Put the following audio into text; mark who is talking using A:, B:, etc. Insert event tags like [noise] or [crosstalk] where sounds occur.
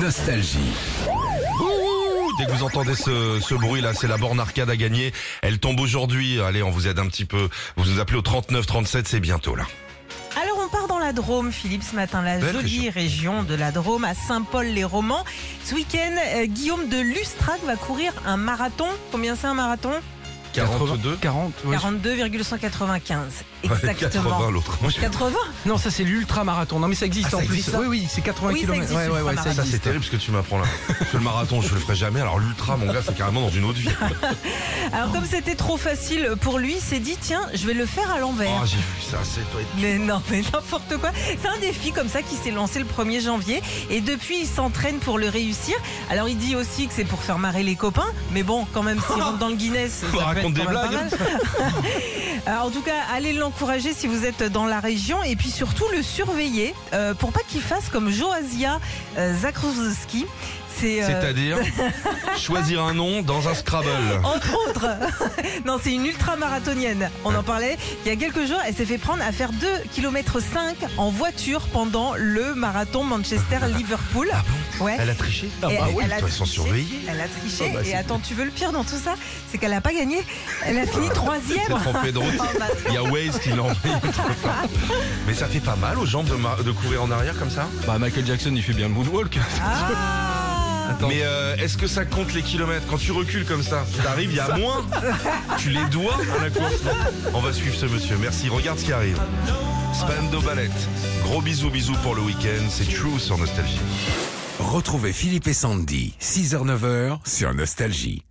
A: Nostalgie.
B: Ouh, Dès que vous entendez ce, ce bruit là, c'est la borne arcade à gagner. Elle tombe aujourd'hui. Allez, on vous aide un petit peu. Vous nous appelez au 39 37, c'est bientôt là.
C: Alors on part dans la Drôme, Philippe, ce matin, la
B: Belle
C: jolie région de la Drôme, à Saint-Paul-les-Romans. Ce week-end, euh, Guillaume de Lustrac va courir un marathon. Combien c'est un marathon
B: 42
D: 40 ouais.
C: 42,195.
B: Ouais, 80
C: Exactement.
B: l'autre. Moi, je-
C: 80
D: Non, ça c'est l'ultra marathon. Non, mais ça existe
B: Ah, ça
D: en plus.
B: existe, ça
D: oui, oui, c'est 80
C: Oui, ça
D: km.
C: existe,
D: ouais, ouais, ouais, ça
C: l'ultra-marathon.
B: Ça c'est
D: existe.
B: terrible ce que tu m'apprends là. Parce que le marathon, je le ferai jamais. Alors l'ultra, mon gars, c'est carrément dans une autre vie.
C: Alors comme c'était trop facile pour lui, il s'est dit, tiens, je vais le faire à l'envers.
B: Oh, j'ai vu ça. C'est toi.
C: Mais non, mais n'importe quoi. C'est un défi comme ça qui s'est lancé le 1er janvier. Et depuis, il s'entraîne pour le réussir. Alors, il dit aussi que c'est pour faire marrer les copains. Mais bon, quand même, s'il rentre dans
B: [laughs]
C: le Guinness, ça
B: Bah,
C: peut
B: raconte
C: être quand
B: des
C: même
B: blagues.
C: pas mal. [laughs] Alors, en tout cas, allez l'encourager si vous êtes dans la région. Et puis surtout, le surveiller euh, pour pas qu'il fasse comme Joasia euh, Zakrowski. C'est. euh,
B: C'est-à-dire choisir un nom dans un Scrabble.
C: entre autres, [laughs] non, c'est une ultra-marathonienne. On en parlait il y a quelques jours. Elle s'est fait prendre à faire 2 km 5 en voiture pendant le marathon Manchester-Liverpool.
B: Ah
C: Ouais.
B: Elle a triché. Ah
C: Et
B: bah oui.
C: elle a
B: toi, Ils sont
C: triché,
B: surveillés.
C: Elle a triché.
B: Ah bah,
C: et
B: c'est-
C: attends, tu veux le pire dans tout ça C'est qu'elle n'a pas gagné. Elle a
B: [laughs]
C: fini
B: C'est
C: troisième.
B: trompé de route.
C: Oh, bah,
B: Il y a Waze qui l'a
C: [laughs]
B: envoyé. Mais ça fait pas mal aux jambes de, mar- de courir en arrière comme ça.
D: Bah, Michael Jackson, il fait bien le moonwalk.
C: ah
B: Mais euh, est-ce que ça compte les kilomètres Quand tu recules comme ça, t'arrives, il y a moins. Tu les dois à la course. On va suivre ce monsieur. Merci. Regarde ce qui arrive. Spando Ballet. Gros bisous, bisous pour le week-end. C'est True sur Nostalgie.
A: Retrouvez Philippe et Sandy, 6h-9h sur Nostalgie.